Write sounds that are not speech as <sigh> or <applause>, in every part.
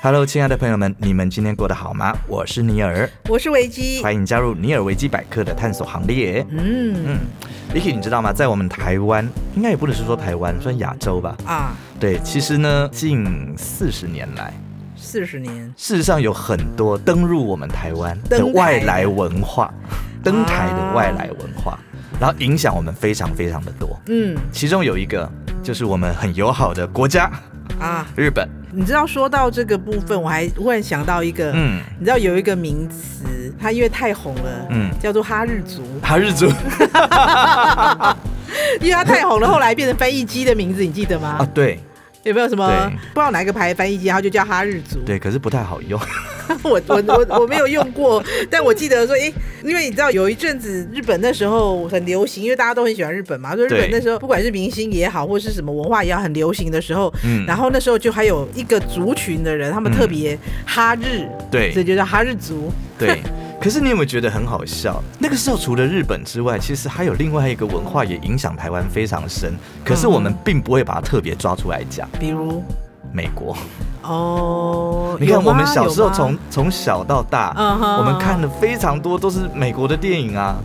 Hello，亲爱的朋友们，你们今天过得好吗？我是尼尔，我是维基。欢迎加入尼尔维基百科的探索行列。嗯哎嗯，Licky，你知道吗？在我们台湾，应该也不能是说台湾，算亚洲吧。啊，对，其实呢，近四十年来，四十年事实上有很多登入我们台湾的啊登台外来文 <laughs> 化，登台的外来文化，然后影响我们非常非常的多。嗯其中有一个就是我们很友好的国家啊，日本，你知道说到这个部分，我还忽然想到一个，嗯你知道有一个名词，它因为太红了，嗯叫做哈日族， <laughs> 哈日族因为它太红了，后来变成翻译机的名字，你记得吗？啊，对有没有什么对不知道哪一个牌的翻译机，它就叫哈日族？对，可是不太好用。 <laughs> 我我我我没有用过， <laughs> 但我记得说，哎、因为你知道有一阵子日本那时候很流行，因为大家都很喜欢日本嘛，所以日对本那时候不管是明星也好，或是什么文化也好，很流行的时候，嗯然后那时候就还有一个族群的人，他们特别哈日，对所以就叫哈日族。对， <laughs> 可是你有没有觉得很好笑？那个时候除了日本之外，其实还有另外一个文化也影响台湾非常深，可是我们并不会把它特别抓出来讲。比如美国，哦，你嗯有看吗我们小时候有吗从从小到大，嗯哼我们看的非常多都是美国的电影啊，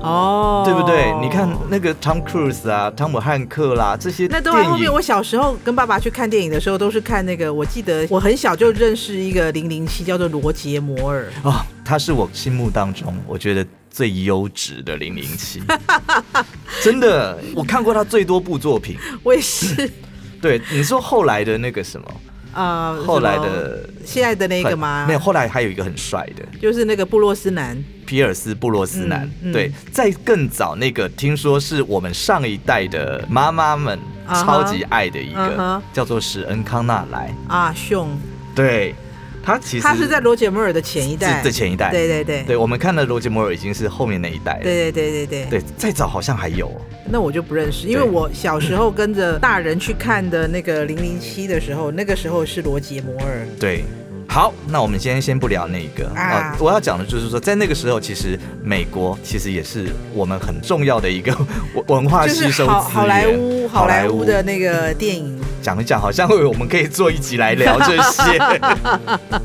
哦，对不对？你看那个 Tom Cruise 啊，汤姆汉克啦，这些那电都在后面。影我小时候跟爸爸去看电影的时候，都是看那个。我记得我很小就认识一个零零七，叫做罗杰摩尔。 <laughs> 啊，他是我心目当中我觉得最优质的零零 <laughs> 七，真的，我看过他最多部作品。我 <laughs> 也是，对，你说后来的那个什么，啊，后来什么的现在的那个很吗？没有，，后来还有一个很帅的就是那个布洛斯男。皮尔斯布洛斯南。嗯嗯对，在更早那个，听说是我们上一代的妈妈们啊哈超级爱的一个啊哈叫做史恩康纳莱。啊，凶，对，他其实他是在罗杰摩尔的前一代，是最前一代对对对，对我们看的罗杰摩尔已经是后面那一代了。对对对对对，对，再早好像还有哦那我就不认识，因为对我小时候跟着大人去看的那个《零零七》的时候，那个时候是罗杰摩尔，对。好，那我们今天先不聊那个啊、啊我要讲的就是说，在那个时候，其实美国其实也是我们很重要的一个 <laughs> 文文化就是吸收好资源好莱坞好莱坞的。的那个电影，讲一讲，好像会我们可以做一集来聊这 <laughs> 些。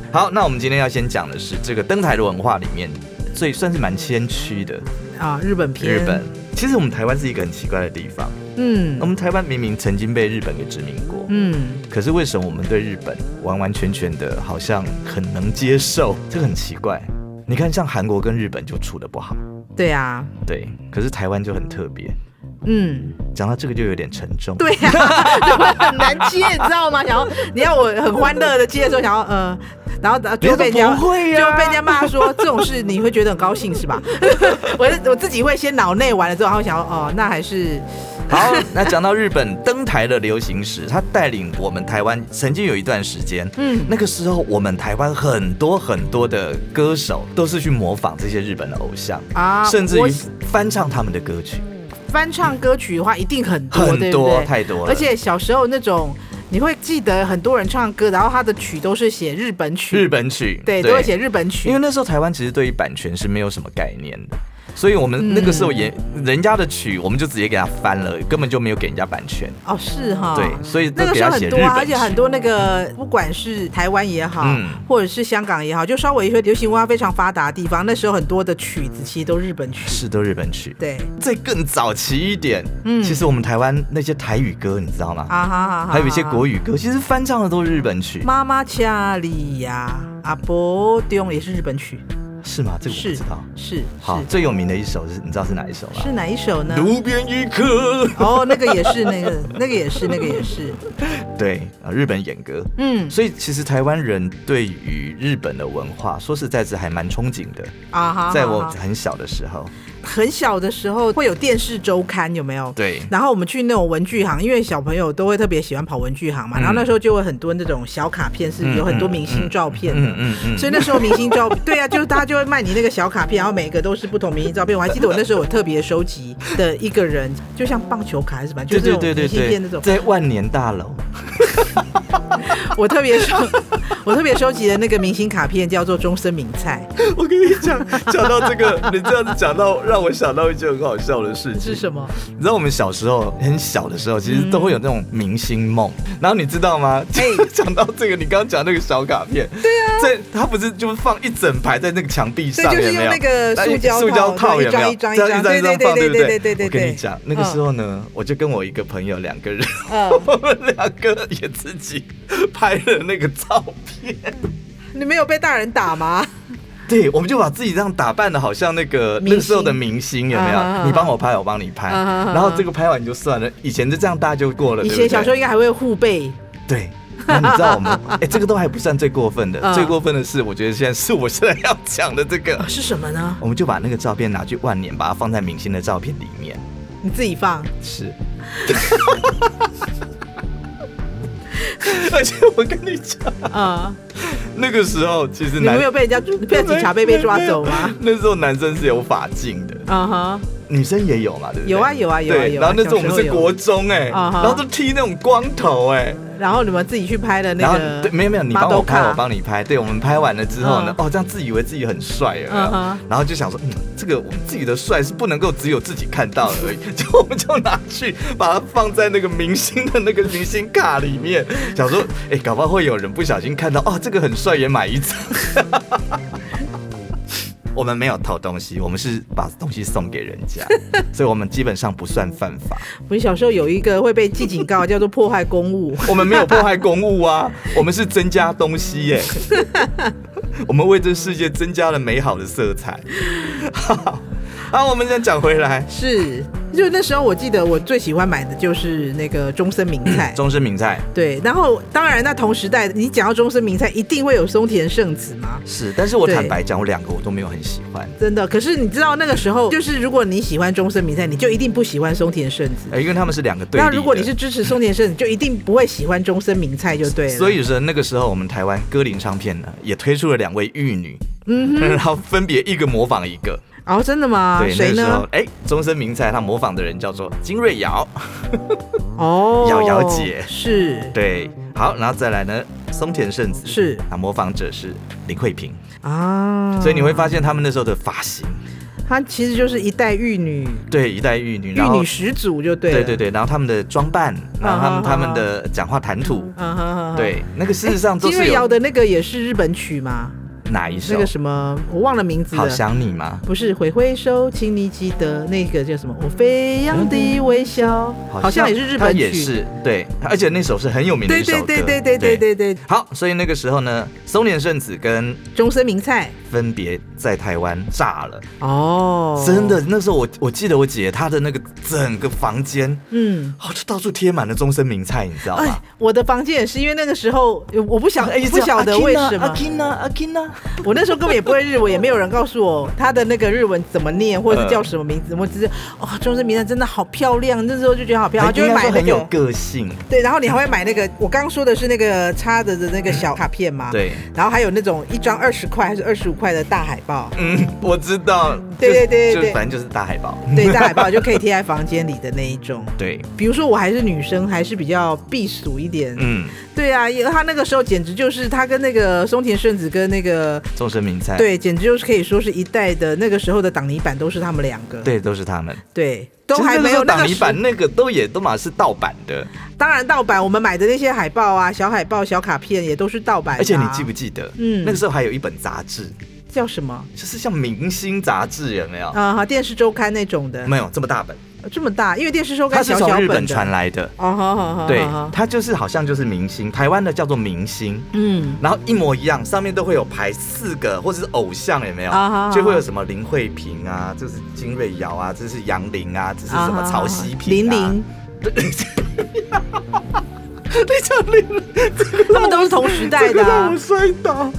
好，那我们今天要先讲的是这个登台的文化里面，最算是蛮谦虚的啊，日本片，日本，。其实我们台湾是一个很奇怪的地方，我嗯们台湾明明曾经被日本给殖民过，嗯，可是为什么我们对日本完完全全的好像很能接受？这个很奇怪。你看，像韩国跟日本就处的不好，对啊，对，可是台湾就很特别。嗯。讲到这个就有点沉重，对 <laughs> 呀、啊，很难接，你知道吗？想要你要我很欢乐的接的时候，想要呃，然后就被你人家怎么不会啊呀就被人家骂说这种事你会觉得很高兴是吧？ <laughs> 我我自己会先脑内完了之后，然后想要哦，那还是 <laughs> 好，那讲到日本登台的流行史，它带领我们台湾曾经有一段时间，嗯那个时候我们台湾很多很多的歌手都是去模仿这些日本的偶像，啊，甚至我于翻唱他们的歌曲，翻唱歌曲的话一定很多，很对不多对？太多了。而且小时候那种你会记得很多人唱歌，然后他的曲都是写日本曲，日本曲，对，都会写日本曲，因为那时候台湾其实对于版权是没有什么概念的。所以我们那个时候也、嗯人家的曲，我们就直接给他翻了，根本就没有给人家版权。哦，是哈，对所以都那个给时他候写很多日啊，本而且曲很多那个不管是台湾也好，嗯或者是香港也好，就稍微一些流行文化非常发达的地方，那时候很多的曲子其实都日本曲，是都日本曲。对再更早期一点，嗯其实我们台湾那些台语歌，你知道吗？啊哈哈哈，还有一些国语，语歌，其实翻唱的都是日本曲，妈妈家里呀，阿伯丢也是日本曲，是吗？这个我不是知道。是好，是最有名的一首是，你知道是哪一首吗？是哪一首呢？路边一棵。哦，那个也是，那个那个也是，那个也是，对啊，日本演歌。嗯所以其实台湾人对于日本的文化，说实在是还蛮憧憬的。啊哈，在哈我哈很小的时候，很小的时候会有电视周刊，有没有？对然后我们去那种文具行，因为小朋友都会特别喜欢跑文具行嘛。嗯然后那时候就会很多那种小卡片，是有很多明星照片的。嗯嗯嗯，所以那时候明星照，对啊，就是大家就会卖你那个小卡片，然后每个都是不同明星照片。我还记得我那时候有特别收集的一个人，就像棒球卡还是什么，就对是对对那种对明信片那对，种。在万年大楼，我特别收，我特别收集的那个明星卡片叫做终身名菜， <laughs> 我跟你讲，讲到这个，你这样子讲到，让我想到一件很好笑的事情是。什么？ <laughs> 你知道我们小时候很小的时候，其实嗯都会有那种明星梦。然后你知道吗？哎 <laughs> 讲到这个，你刚刚讲那个小卡片，对啊，这它不是就放一整排在那个墙壁上，对就有是没有用那个塑胶套塑胶套，有没有？一张一这张样一张一张一张放，对不对对对对嗯我对跟对你讲，那个时候呢，我就跟我一个朋友两个人， <laughs> 嗯，我们两个也自己拍了那个照片。你没有被大人打吗？对，我们就把自己这样打扮的，好像那个明星那时候的明星，有没有？啊啊啊你帮我拍，我帮你拍，啊啊啊啊然后这个拍完就算了，以前就这样大家就过了，<laughs> 以对不对前小时候应该还会互背，对。那你知道我 <laughs> 们，哎、这个都还不算最过分的，嗯最过分的是，我觉得现在是我现在要讲的这个， <laughs> 哦是什么呢？我们就把那个照片拿去万年，把它放在明星的照片里面，你自 <laughs> 己放， <laughs> 是。而且我跟你讲，嗯，那个时候其实你男没有被人家被警察被被抓走吗？？ <laughs> 那时候男生是有法镜的， <laughs> 嗯哼，女生也有嘛，对不对？有啊有啊有啊对有啊然后那时候我们小是时候有国中哎，啊哈然后都剃那种光头哎，然后你们自己去拍的然那后个，对，没有没有，你帮我拍， model 卡我帮你拍。对，我们拍完了之后呢，嗯哦，这样自以为自己很帅，有没嗯有哼？然后就想说，嗯，这个我们自己的帅是不能够只有自己看到的而已， <laughs> 就我们就拿去把它放在那个明星的那个明星卡里面，想说，哎，搞不好会有人不小心看到，哦，这个很帅，也买一张。 <laughs> 我们没有偷东西，我们是把东西送给人家，所以我们基本上不算犯法。我们小时候有一个会被记警告，叫做破坏公物。 <laughs> 我们没有破坏公物啊，我们是增加东西耶、 <laughs> 我们为这世界增加了美好的色彩。好，啊，我们先讲回来，是，就那时候我记得我最喜欢买的就是那个终身名菜。嗯终身名菜对，然后当然，那同时代你讲到终身名菜，一定会有松田圣子嘛。是，但是我对坦白讲，我两个我都没有很喜欢。真的，可是你知道那个时候，就是如果你喜欢终身名菜，你就一定不喜欢松田圣子。呃因为他们是两个对立那的。如果你是支持松田圣子，就一定不会喜欢终身名菜，就对了。所以说那个时候，我们台湾歌林唱片呢也推出了两位玉女，嗯，然后分别一个模仿一个。哦，真的吗？对，那谁个时候呢？，哎，终身名菜，他模仿的人叫做金瑞瑶。哦，瑶瑶姐是对，好，然后再来呢，松田圣子是啊，模仿者是林慧萍。啊，所以你会发现他们那时候的发型，她其实就是一代玉女，对一代玉女，玉然后女始祖就对了。对对对，然后他们的装扮，然后他们啊哈他们的讲话谈吐，啊哈哈哈。对，那个事实上都哎金是瑞瑶有哦的那个也是日本曲吗？哪一那首个？什么，我忘了名字好了。想你吗？不是挥挥手，请你记得那个叫什么？我飞扬的微笑，好像也是日它本曲。也是对，而且那首是很有名的对一首对歌，对对对对。对对，好，所以那个时候呢，松田圣子跟终身名菜分别在台湾炸了，哦，真的，，那时候我我记得我姐她的那个整个房间，嗯，哦，就到处贴满了终身名菜，你知道吗哎？，我的房间也是，因为那个时候我不晓哎不晓得为什阿么，金娜，阿金娜，阿金娜我那时候根本也不会日文，也没有人告诉我他的那个日文怎么念，或者是叫什么名字，我只是哦，终身名菜真的好漂亮，那时候就觉得好漂亮，很就会应该买说那很有个。个性，对，然后你还会买那个，我刚刚说的是那个插着的那个小卡片嘛，，对。然后还有那种一张二十块还是二十五块的大海报，嗯，我知道，对对对就对就反正就是大海报，对，大海报就可以贴在房间里的那一种。对，比如说，我还是女生，还是比较避暑一点。嗯，对啊，因为他那个时候简直就是他跟那个松田圣子跟那个众生名菜，对，简直就是可以说是一代的那个时候的挡泥板都是他们两个。对，都是他们，对，都还没有那挡个泥时哎板，那个都也都嘛是盗版的，当然盗版我们买的那些海报啊、小海报、小卡片也都是盗版、啊。而且你记不记得，嗯那个时候还有一本杂志，叫什么就是像明星杂志，有没有？啊、电视周刊那种的，没有这么大本，这么大，因为电视周嗯它刊是小小从日本本的。传来的，哦，好好好，对好，好它就是好像就是明星，台湾的叫做明星，嗯。然后一模一样，上面都会有排四个或者是偶像，有没有？啊哈就会有什么林慧萍啊，这是金瑞瑶啊，这是杨玲啊，这是什么啊曹曦平、啊、玲玲， <laughs> 你讲玲玲，他们都是同时代这个的让啊我。摔 <laughs> 倒。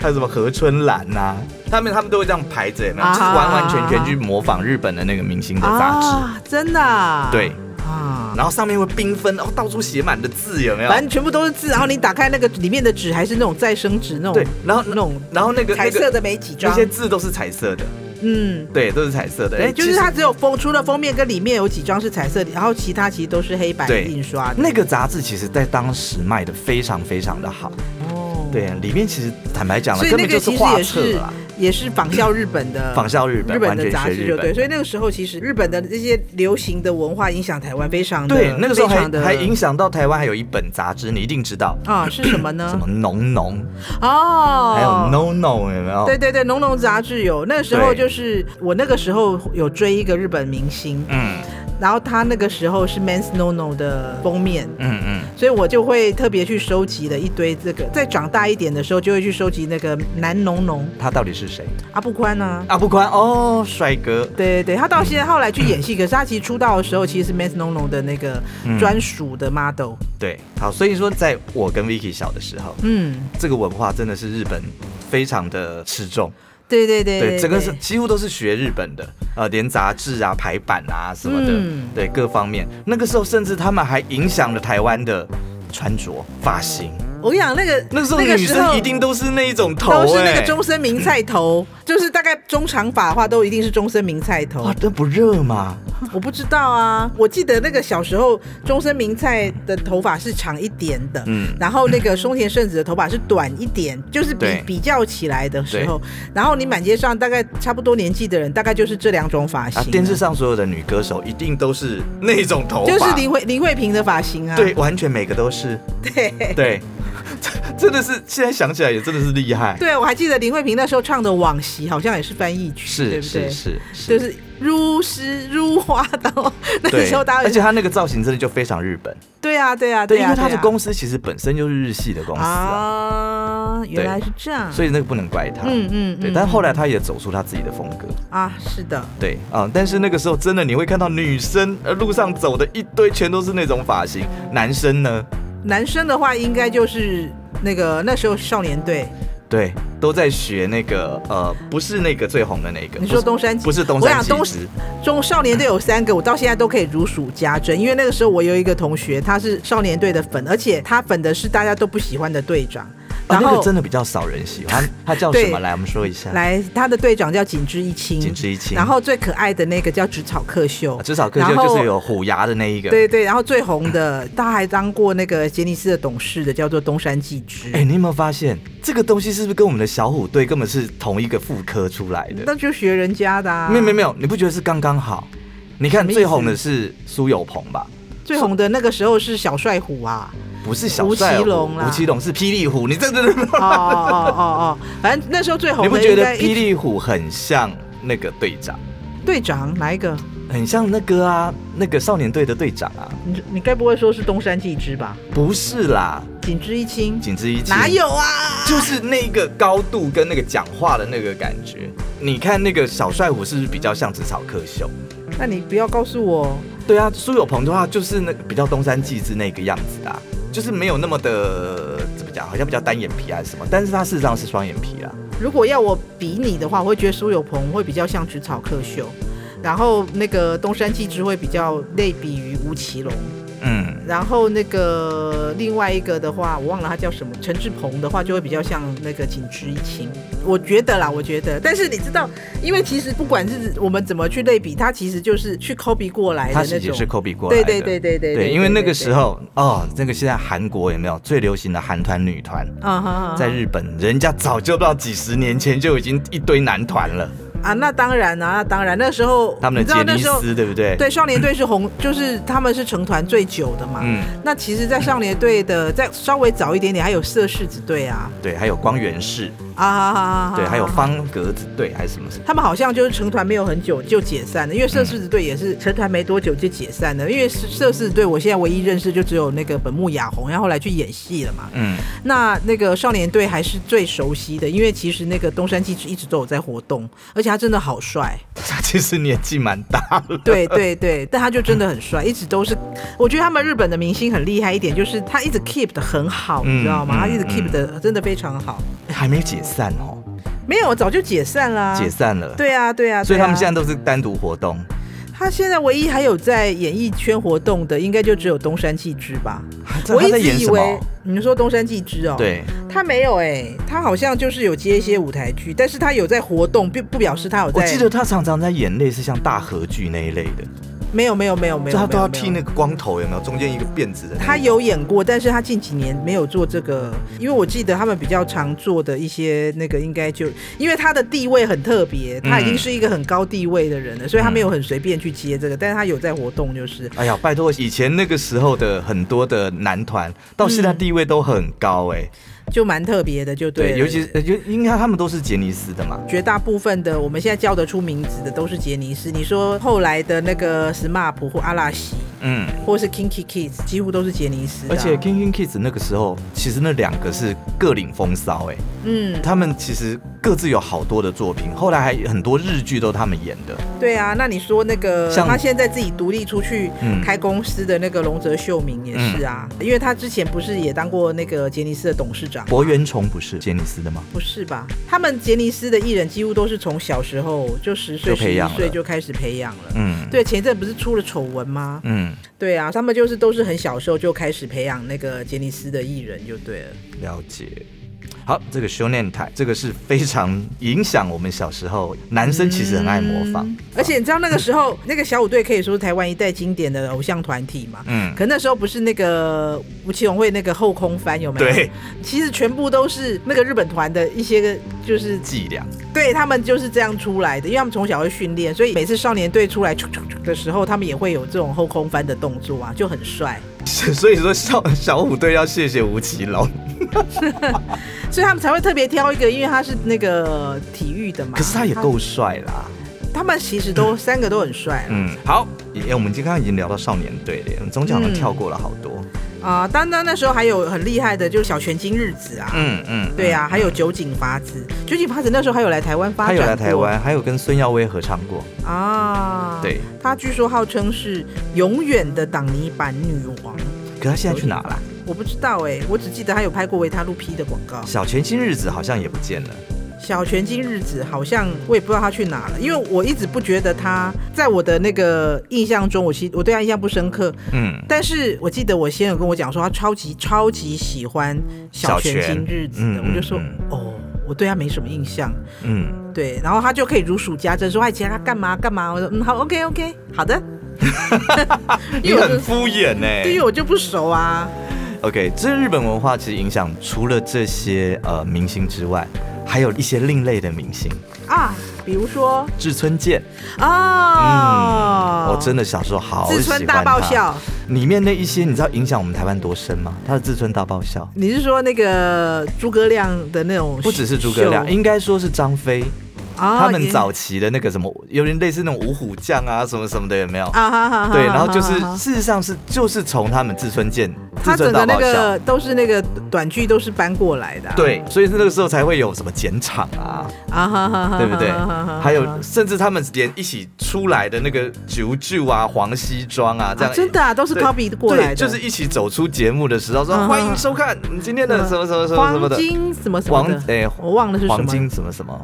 还有什么何春兰呐、他们他们都会这样排着，有没有？啊就是完完全全去模仿日本的那个明星的杂志。啊，真的啊对，啊，然后上面会缤纷，然后到处写满了字，有没有反？正全部都是字，然后你打开那个里面的纸还是那种再生纸那种，对，然后那种然后那个彩那色个的没几那张些，字都是彩色的，嗯。对，都是彩色的，哎对，就其是实它只有封，除了封面跟里面有几张是彩色的，然后其他其实都是黑白对印刷的。那个杂志其实在当时卖的非常非常的好，哦，对，里面其实坦白讲了，所以啊根那本个就是其实画也册是啦，也是仿效日本的，仿效日本，日本完的杂全学志日就对。本。所以那个时候其实日本的这些流行的文化影响台湾非常的，嗯对，那个时候嗯非还常的还影响到台湾，还有一本杂志，你一定知道，啊是什么呢？什么农农，哦，还有 No No 有没有？对对对，浓浓杂志有那时候对就是我那个时候有追一个日本明星，嗯然后他那个时候是 Men's No No 的封面，嗯嗯，所以我就会特别去收集了一堆这个。再长大一点的时候，就会去收集那个男农农他到底是谁？阿布宽啊。阿布宽哦，帅哥，对对对，他到现在后来去演戏，可是他其实出道的时候其实是 Men's No No 的那个嗯专属的 model。对，好，所以说在我跟 Vicky 小的时候，嗯，这个文化真的是日本非常的吃重，对对对对，整个是对几乎都是学日本的，呃，连杂志啊、排版啊什么的，嗯对各方面。那个时候甚至他们还影响了台湾的穿着、发型。我跟你讲，那个那个时候那个女时生候一定都是那一种头、哎，都是那个中森明菜 <laughs> 头，就是大概中长发的话，都一定是中森明菜头哇。，这不热吗？我不知道啊，我记得那个小时候中森明菜的头发是长一点的，嗯然后那个松田圣子的头发是短 <laughs> 一点，就是比对比较起来的时候，然后你满街上大概差不多年纪的人，大概就是这两种发型、啊，电视。上所有的女歌手一定都是那种头发，就是林慧林慧萍的发型啊，对，完全每个都是， <laughs> 对对， <laughs> 真的是现在想起来也真的是厉害，对，我还记得林慧萍那时候唱的《往昔》好像也是翻译曲，对是是不对？ <laughs> 是，就是是如诗如花的，那个对时候大家而且她那个造型真的就非常日本，对啊对啊对，啊，因为她对的啊公司其实本身就是日系的公司啊。啊，原来是这样，所以那个不能怪他。嗯嗯对。嗯但后来他也走出他自己的风格，啊，是的，对啊、但是那个时候真的你会看到女生呃路上走的一堆全都是那种发型，男生呢，男生的话应该就是那个那时候少年队，对，都在学那个呃，不是那个最红的那个，你不说是东山纪不是东我山想纪啊东之，中少年队有三个，我到现在都可以如数家珍，因为那个时候我有一个同学，他是少年队的粉，而且他粉的是大家都不喜欢的队长，啊然那后、个真的比较少人喜欢。他叫什么？对来，我们说一下。来他的队长叫景之一清，景之一清然后最可爱的那个叫植草克秀啊，，至少科秀然后就是有虎牙的那一个。对对，然后最红的，他还当过那个杰尼斯的董事的，叫做东山纪之。哎、你有没有发现这个东西是不是跟我们的小虎队根本是同一个副科出来的？那就学人家的、啊。没有没有没有，你不觉得是刚刚好？你看什么意最红的思是苏有朋吧？最红的那个时候是小帅 <laughs> 虎啊，不是小吴帅奇虎隆啦吴奇隆是霹雳虎，你这这这，哦哦哦哦，反正那时候最你红不的觉应得该霹雳虎很像那个队长，队长哪一个？很像那个啊，那个少年队的队长啊？你你该不会说是东山纪之吧？不是啦，景之一清景之一清哪？有啊？就是那个高度跟那个讲话的那个感觉。你看那个小帅虎是不是比较像紫草克秀？那你不要告诉我，对啊，苏有朋的话就是那个比较东山纪之那个样子的啊、就是没有那么的怎么讲，好像比较单眼皮还是什么，但是他事实上是双眼皮啊啦。如果要我比你的话，我会觉得苏有朋会比较像植草克秀，然后那个东山纪之会比较类比于吴奇隆。嗯，然后那个另外一个的话，我忘了他叫什么，陈志鹏的话就会比较像那个景之一清，我觉得啦，我觉得。但是你知道，因为其实不管是我们怎么去类比，它其实就是去 copy 过来的他也那种。是 copy 过来对的。对对对对对，因为那个时，候哦，那个现在韩国有没有最流行的韩团、女团？啊哈哈，在日本，人家早就不知道几十年前就已经一堆男团了，啊，那当然啊，那当然，那时候他们你的知道杰那尼时候斯，对不对？，对少年队是红， <laughs> 就是他们是成团最久的嘛。嗯，那其实，在少年队的再稍微早一点点，还有色柿子队啊，对，还有光源氏，啊，对，还有方格子队，还是什么什么，他们好像就是成团没有很久就解散了，因为社狮子队也是成团没多久就解散了。因为社狮子队，我现在唯一认识就只有那个本木雅弘，然后后来去演戏了嘛。嗯，那那个少年队还是最熟悉的，因为其实那个东山纪之一直都有在活动，而且他真的好帅。他其实年纪蛮大 <laughs> 了，对对对，但他就真的很帅，一直都是。我觉得他们日本的明星很厉害一点，就是他一直 keep 的很好，嗯你知道吗？嗯他一直嗯 keep 的真的非常好。还没解散哦，没有，早就解散啦。解散了，对啊对啊，所以他们对啊 <laughs> 啊现在都是单独活动，他现在唯一还有在演艺圈活动的，应该就只有东山纪之吧。这我他一在直演以什么为你说东山纪之哦，，对，他没有哎、他好像就是有接一些舞台剧，但是他有在活动，并不表示他有我在。记得他常常在演类似像大合剧那一类的，没有没有没有没有，就他都要没有剃那个光头，有没有？中间一个辫子的那个。他有演过，但是他近几年没有做这个，因为我记得他们比较常做的一些那个，应该就因为他的地位很特别，嗯他已经是一个很高地位的人了，所以他没有很随便去接这个，但是他有在活动，就是哎呀，拜托，以前那个时候的很多的男团，到现在地位都很高哎、就蛮特别的，就对了对，尤其是呃就应该他们都是杰尼斯的嘛。绝大部分的我们现在叫得出名字的都是杰尼斯，你说后来的那个 SMAP 或阿拉西。嗯，或是 Kinky Kids 几乎都是杰尼斯的而啊、且 King King Kids 那个时候，其实那两个是各领风骚哎、嗯，他们其实各自有好多的作品，后来还很多日剧都他们演的。对啊，那你说那个像他现在自己独立出去嗯开公司的那个龙泽秀明也是啊，因为他之前不是也当过那个杰尼斯的董事长。博元崇不是杰尼斯的吗？不是吧？他们杰尼斯的艺人几乎都是从小时候就十岁、就十培一养岁了就开始培养了。嗯，对，前一阵不是出了丑闻吗？嗯，对啊，他们就是都是很小时候就开始培养那个杰尼斯的艺人就对了。了解。好，这个 shonen 台，这个是非常影响我们小时候，男生其实很爱模仿，而且你知道那个时候，那个小虎队可以说是台湾一代经典的偶像团体嘛。嗯，可那时候不是那个吴奇隆会那个后空翻有没有？对，其实全部都是那个日本团的一些个，就是伎俩。对他们就是这样出来的，因为他们从小会训练，所以每次少年队出来啾啾啾的时候，他们也会有这种后空翻的动作啊，就很帅。 <laughs> 所以说小小虎队要谢谢吴奇隆，所以他们才会特别挑一个，因为他是那个嗯体育的嘛。可是他也够帅啦。他，他们其实都、三个都很帅啊、嗯，好，哎，我们今天刚刚已经聊到少年队了，我们中间好像嗯跳过了好多。啊。当当那时候还有很厉害的，就是小泉今日子啊，嗯嗯，对啊，还有酒井法子，酒井法子那时候还有来台湾发他展有过，来台湾，还有跟孙耀威合唱过。啊，对，她据说号称是永远的挡泥板女王，可他现在去哪了？我不知道哎、我只记得她有拍过维他露 P 的广告。小泉今日子好像也不见了。小泉今日子好像我也不知道她去哪了，因为我一直不觉得她在我的那个印象中，我其我对她印象不深刻。嗯，但是我记得我先有跟我讲说，她超级超级喜欢小泉小今泉日子的，嗯我就说嗯哦，我对她没什么印象。嗯，对，然后他就可以如数家珍，说哎，其他他干嘛干嘛，我说嗯好，OK OK，好的。 <laughs> 因你为我就很敷衍欸呢、对于我就不熟啊， OK，这日本文化其实影响除了这些呃明星之外，还有一些另类的明星，啊，比如说志村健，哦，嗯我真的小时候好自喜欢村他。大爆笑，里面那一些你知道影响我们台湾多深吗？他的自尊大爆笑，你是说那个诸葛亮的那种秀？不只是诸葛亮，应该说是张飞，啊他们早期的那个什么，有点类似那种五虎将啊什么什么的，有没有？啊哈哈哈，对，然后就是哈哈哈事实上是就是从他们自尊剑、他自尊整个大那爆笑，个都是那个短剧都是搬过来的啊，对，所以是那个时候才会有什么剪场啊，啊哈哈啊哈，对不对哈哈哈哈？还有甚至他们连一起出来的那个九九啊、黄西装啊这啊样，真的啊，都是对 copy 过来对，的，就是一起走出节目的时候说嗯欢迎收看我们今天的什么什么什么什么啊黄的。金什么什么黄的，哎，我忘了是什么黄金什么什么，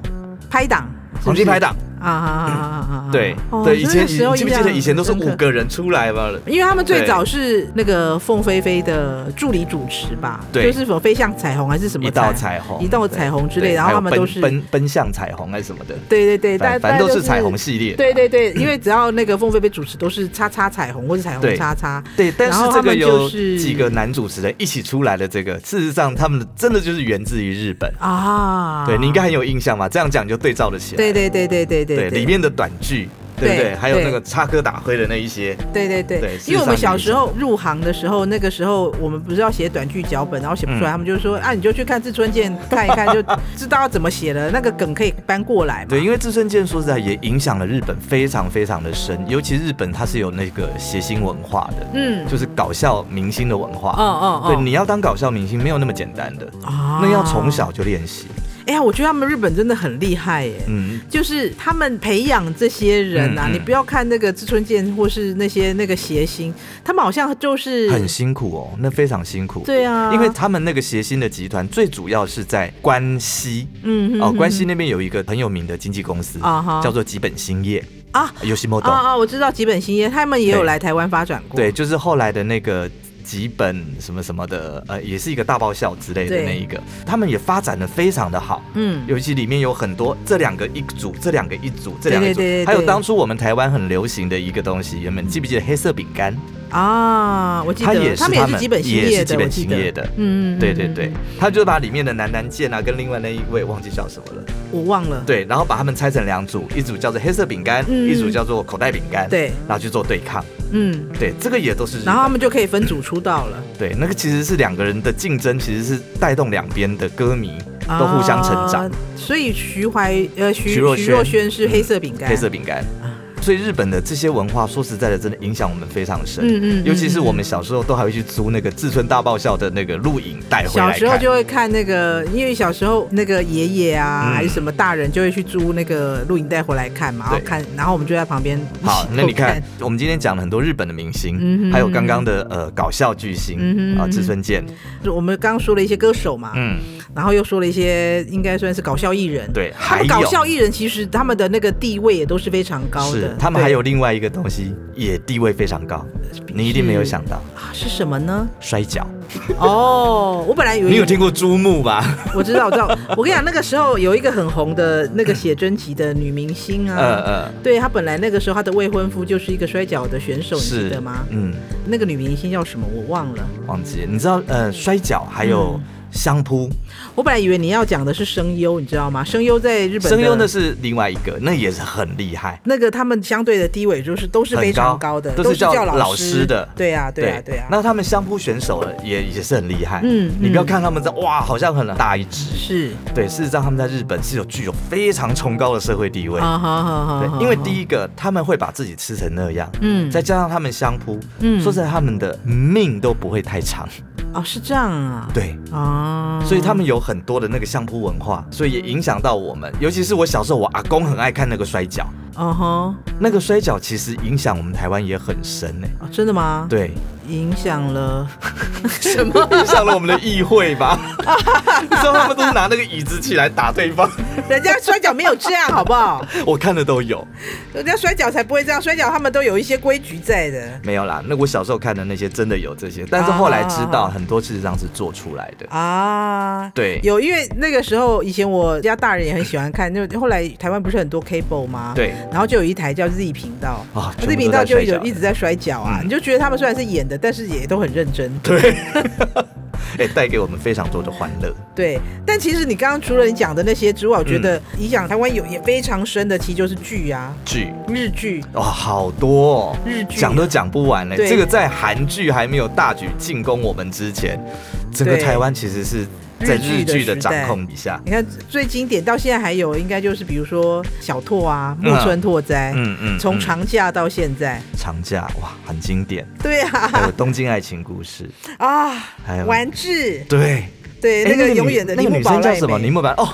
拍档，是不黄金是排档，啊啊啊啊啊啊！对哦对，以所前以那以时你候记不记得以前都是印象五很深刻，个人出来嘛？因为他们最对早是那个凤飞飞的助理主持吧，对就是什么飞向彩虹还是什么一道彩虹，一道彩虹之类，对然还后有他们都奔是奔奔向彩虹还是什么的，对对对，大反反大正概都就是彩虹。系列。对对对，因为只要那个凤飞飞主持都是叉叉彩虹或者彩虹对叉叉，对，但然是后他这个们有就是几个男主持人一起出来的，这个事实上他们真的就是源自于日本。啊，对你应该很有印象吧？这样讲就对照得起来。对对对对对对对里面的短剧，对不对对？还有对那个插科打诨的那一些，对对对，对因为我们事实上小就是时候入行的时候，那个时候我们不是要写短剧脚本，然后写不出来，嗯他们就说啊，你就去看《志村健》看一看，就知道要怎么写了，那个梗可以搬过来嘛。对，因为志村健说实在也影响了日本非常非常的深，尤其日本它是有那个谐星文化的，嗯，就是搞笑明星的文哦化。哦哦，对，你要当搞笑明星没有那么简单的，啊那要从。小就练习。哎呀，我觉得他们日本真的很厉害耶。嗯，就是他们培养这些人啊，嗯嗯你不要看那个志村健或是那些那个谐星，他们好像就是很辛苦哦，那非常辛苦。对啊，因为他们那个谐星的集团最主要是在关西嗯哦，关系西那边有一个很有名的经纪公司啊哈叫做吉本兴业。啊游戏莫啊懂。啊！我知道吉本兴业他们也有对来台湾发展过，对，就是后来的那个几本什么什么的，呃，也是一个大爆笑之类的对那一个，他们也发展的非常的好。嗯，尤其里面有很多这两个一组，这两个一组，这两个一组，对对对对嗯还有当初我们台湾很流行的一个东西，原本记不记得黑色饼干？啊，我记得他也是们也他是们基本兴也是业的，基我本记兴得，业的。嗯，嗯对对，嗯对嗯，他就把里面的男男健啊跟另外那一位忘记叫什么了，我忘了，对，然后把他们拆成两组，一组叫做黑色饼干，嗯一组叫做口袋饼干，对，然后去做对抗，嗯，对，这个也都是日本然后他们就可以分组出道了，对，那个其实是两个人的竞争，其实是带动两边的歌迷都互相成长。啊所以徐怀呃徐徐若瑄嗯瑄是黑色饼干，黑色饼干啊，所以日本的这些文化，说实在的，真的影响我们非常深。嗯嗯嗯尤其是我们小时候都还会去租那个《志村大爆笑》的那个录影带回来小看。时候就会看那个，因为小时候那个爷爷啊、嗯还是什么大人就会去租那个录影带回来看嘛，然对后看，然后我们就在旁边一起好，那你偷看，我们今天讲了很多日本的明星，嗯哼还有刚刚的呃搞笑巨星嗯哼啊、志村健，就我们刚刚说了一些歌手嘛，嗯，然后又说了一些应该算是搞笑艺人，对他们还有搞笑艺人其实他们的那个地位也都是非常高是的，他们还对有另外一个东西也地位非常高，你一定没有想到啊是什么呢？ <laughs> 摔跤，哦，我本来以为你有听过珠穆吧？我知道，我知道。我跟你讲，那个时候有一个很红的那个写真集的女明星啊， <laughs> 呃呃，对她本来那个时候她的未婚夫就是一个摔跤的选手，你记是得吗？嗯。那个女明星叫什么？我忘了。忘记了，你知道呃，摔跤还有嗯相扑，我本来以为你要讲的是声优，你知道吗？声优在日本的，声优那是另外一个，那也是很厉害。那个他们相对的地位就是都是非常很高高的，都是都是叫叫老师师的对啊，对啊，对啊。那他们相扑选手也也是很厉害。嗯哦你不要嗯看他们在哇，好像很大一只，是对，事实上他们在日本是有具有非常崇高的社会地位。啊，好好好好，对，因为一，第一个他们会把自己吃成那样，嗯，再加上他们相扑，嗯说实在他们的命都不会太长，哦是这样啊，对，啊，所以他们有很多的那个相扑文化，所以也影响到我们，尤其是我小时候，我阿公很爱看那个摔跤，哦吼，那个摔跤其实影响我们台湾也很深呢、哦真的吗？，对，影响了。 <laughs> 什么影响了我们的议会吧？你知道他们都是拿那个椅子起来打对方，人家摔跤没有这样，好不好？我看的都有。人家摔跤才不会这样，摔跤他们都有一些规矩在的没有啦，那我小时候看的那些真的有这些，但是后来知道很多事实上是做出来的。啊。对有，因为那个时候以前我家大人也很喜欢看，就后来台湾不是很多 cable 吗？。对，然后就有一台叫 Z 频道、啊全部 z 都频道在就摔有跤一直在摔跤啊，嗯你就觉得他们虽然是演的，但是也都很认真。 <laughs> 哎、带给我们非常多的欢乐。对，但其实你刚刚除了你讲的那些之外，我觉嗯得影响台湾有也非常深的，其实就是剧啊，剧日剧、哇、好多、哦。日剧，讲都讲不完嘞、对这个在韩剧还没有大举进攻我们之前，整个对台湾其实是在日剧的掌控底下。你看最经典到现在还有，应该就是比如说小拓啊、木村拓哉，嗯嗯，从嗯长假到现在，长假哇，很经 <laughs> 典。对还有啊《东京爱情故 <laughs> 事》，啊还，有完治，对，对哎那个女永远的那个铃木女保生叫奈什么？铃美，木白哦，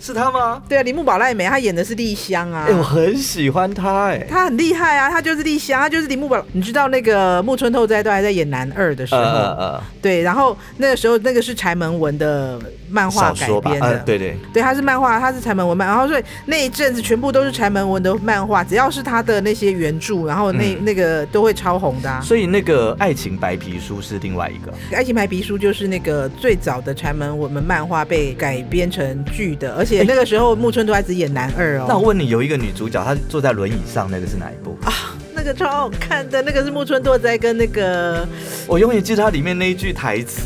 是她吗？对啊，铃木保奈美，她演的是丽香啊哎、。我很喜欢她哎、她很厉害啊，她就是丽香，她就是铃木保。你知道那个木村拓哉都还在演男二的时呃候，呃呃，对，然后那个时候那个是柴门文的漫画少改说吧编，的，呃，对对，对，他是漫画，他是柴门文漫，然后所以那一阵子全部都是柴门文的漫画，只要是他的那些原著，然后那、嗯那个都会超红的、啊。哦所以那个《爱情白皮书》是另外一个， 《爱情白皮书》就是那个最早的柴门文漫画被改编成剧的，而且那个时候木村拓哉只演男二哎那我哦，问你，有一个女主角她坐在轮椅上，那个是哪一部？那个超好看的，那个是木村拓哉跟那个我永远记得它里面那一句台词，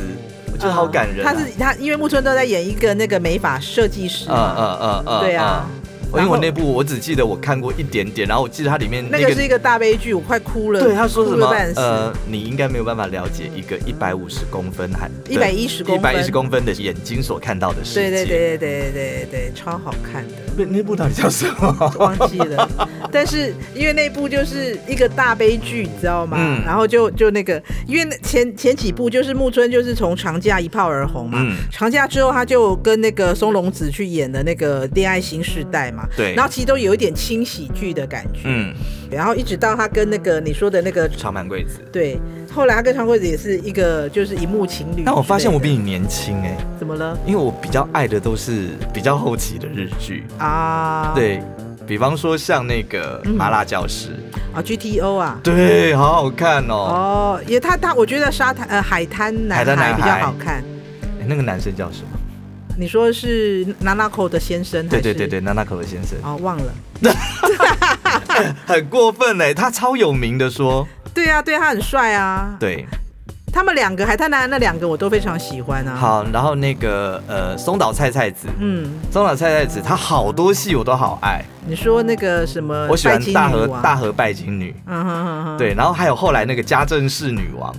我觉得好感人、啊。嗯呃他是他，因为木村拓哉演一个那个美发设计师嗯嘛，嗯嗯嗯，对啊嗯。因然为后我那部我只记得我看过一点点，然后我记得它里面那那个个是一个大悲剧，我快哭了，对他说什么哭了半死。呃，你应该没有办法了解一个一百五十公分还110公一百一十分公分的眼睛所看到的世对界。对对对对对对，超好看的。对，那部到底叫什么？ <laughs> 忘记了，但是因为那部就是一个大悲剧，你知道吗？嗯然后就就那个，因为那前前几部就是木村就是从长假一炮而红嘛，嗯长假之后他就跟那个松隆子去演的那个恋爱新世代嘛，对然后其实都有一点轻喜剧的感觉，嗯，然后一直到他跟那个你说的那个长满柜子。对，后来他跟长贵子也是一个就是荧幕情侣之类的，但我发现我比你年轻哎、怎么了因为我比较爱的都是比较后期的日剧。啊？对，比方说像那个嗯《麻辣教师》啊，GTO 啊，对，好好看哦。哦，也他他，我觉得沙滩呃海滩男海滩孩男比较孩好看。哎那个男生叫什么？你说是 Nanako 的先生还对是？对对对，娜娜可的先生，哦，忘了。很过分哎，他超有名的说，对啊，对他很帅啊。，对，他们两个海滩男那两个我都非常喜欢啊。，好，然后那个呃，松岛菜菜子，嗯，松岛菜菜子，她好多戏我都好爱，你说那个什么？我喜欢呃拜金大女和王大。和拜金女，嗯哼哼哼，对，然后还有后来那个家政式女王，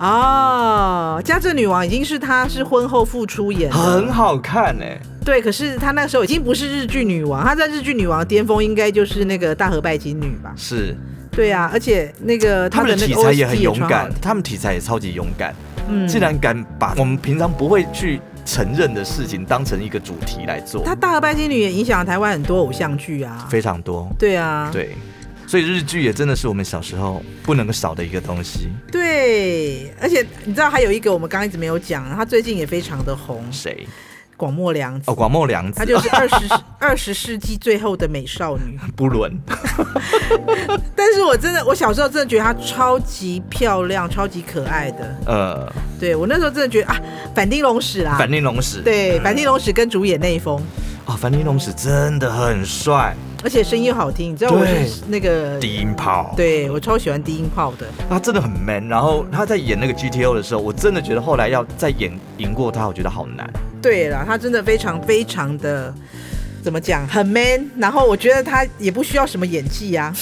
哦，家政女王已经是她是婚后复出演的很好看哎、对，可是她那时候已经不是日剧女王，她在日剧女王的巅峰应该就是那个大和拜金女吧？是对啊，而且那个他她们的的那题个材也 OST 很勇穿好敢了，他们题材也超级勇敢，嗯，竟然敢把我们平常不会去承认的事情当成一个主题来做，她大和拜金女也影响了台湾很多偶像剧啊。非常多，对啊，对。所以日剧也真的是我们小时候不能少的一个东西。对，而且你知道还有一个我们刚刚一直没有讲，她最近也非常的红，谁？广末凉子哦，，广末凉她子、就是二十二十世纪最后的美少女。不伦，但是我真的，我小时候真的觉得她超级漂亮、超级可爱的。呃，对我那时候真的觉得啊，反町隆史啦，反町隆史。啊对，反町隆史跟主演那一封，啊，樊篱龙史真的很帅，而且声音又好听，你知道我是那个，低音炮，，对我超喜欢低音炮的。他真的很 man。然后他在演那个 GTO 的时候，我真的觉得后来要再演赢过他，我觉得好 <laughs> 难。对了，她真的非常非常的。怎么讲，很 man，然后我觉得她也不需要什么演技啊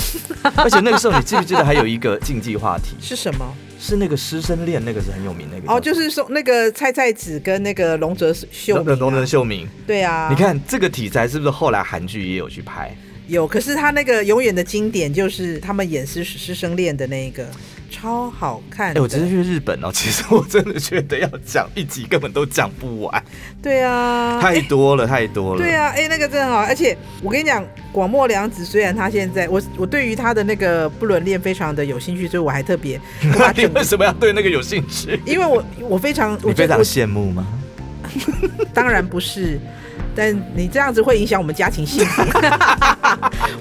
呀、而且那个时候，你记不记得还有一个竞技话题，是什么？是那个师生恋，那个是很有名那个。哦，就是说那个菜菜子跟那个龙泽秀明、龙龙啊人，秀明，对啊，你看这个题材是不是后来韩剧也有去拍？有，可是他那个永远的经典就是他们演师师生恋的那一个，超好看哎、的。我直接去日本哦，其实我真的觉得要讲一集根本都讲不完，对啊，太多了，太多了。对 <laughs> 啊，哎、那个真的好，而且我跟你讲，广末凉子虽然她现在，我我对于她的那个不伦恋非常的有兴趣，所以我还 <laughs> 特别我把你整为个，什么要对那个有兴趣？因为我我非常，我你觉非得常我羡慕吗？当然不是，但你这样子会影响我们家庭幸福。 <laughs>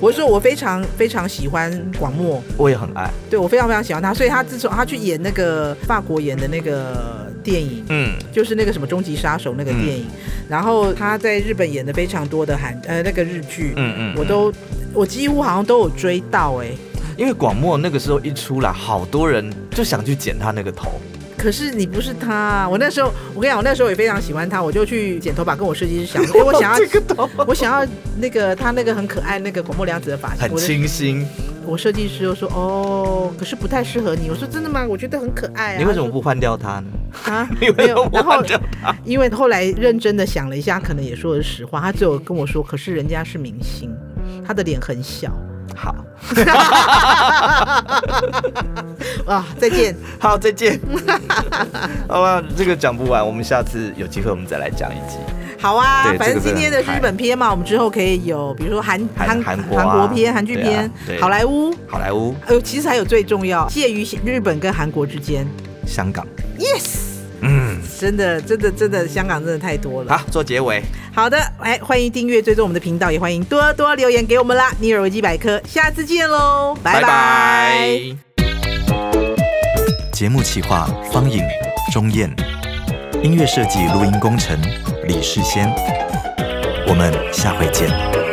我说我非常非常喜欢广末，我也很爱，对我非常非常喜欢他，所以他自从他去演那个法国演的那个电影。嗯。就是那个什么《终极杀手》那个电影，然后他在日本演的非常多的韩呃那个日剧，嗯嗯嗯嗯我都我几乎好像都有追到哎、因为广末那个时候一出来，好多人就想去剪他那个头。可是你不是他啊，我那时候我跟你讲，我那时候也非常喜欢他，我就去剪头发，跟我设计师 <laughs> 想，哎、我想要哦这个头我想要那个他那个很可爱那个广末凉子的发型，很我的清新，我设计师又说哦，可是不太适合你。我说真的吗？我觉得很可爱啊。你为什么不换掉他呢？啊？ <laughs> 你为没什么有。不然后换掉他？因为后来认真的想了一下，可能也说的是实话。他最后跟我说，可是人家是明星，他的脸很小。好，啊，<laughs> 再见。好，再 <laughs> 见。好吧，这个讲不完，我们下次有机会我们再来讲一集。好啊对，反这正个真今的天的很日本篇嘛，我们之后可以有，比如说韩韩韩国啊韩国篇、韩剧对啊篇、对好莱坞。好莱坞、呃，其实还有最重要，介于日本跟韩国之间。香港， Yes，嗯，啊真的，真的，真的，香港真的太多了。好，做结尾，好的，哎，欢迎订阅、追踪我们的频道，也欢迎多多留言给我们啦。尼尔维基百科，下次见喽，拜拜节目企划方颖、钟燕，音乐设计、录音工程李世先。我们下回见。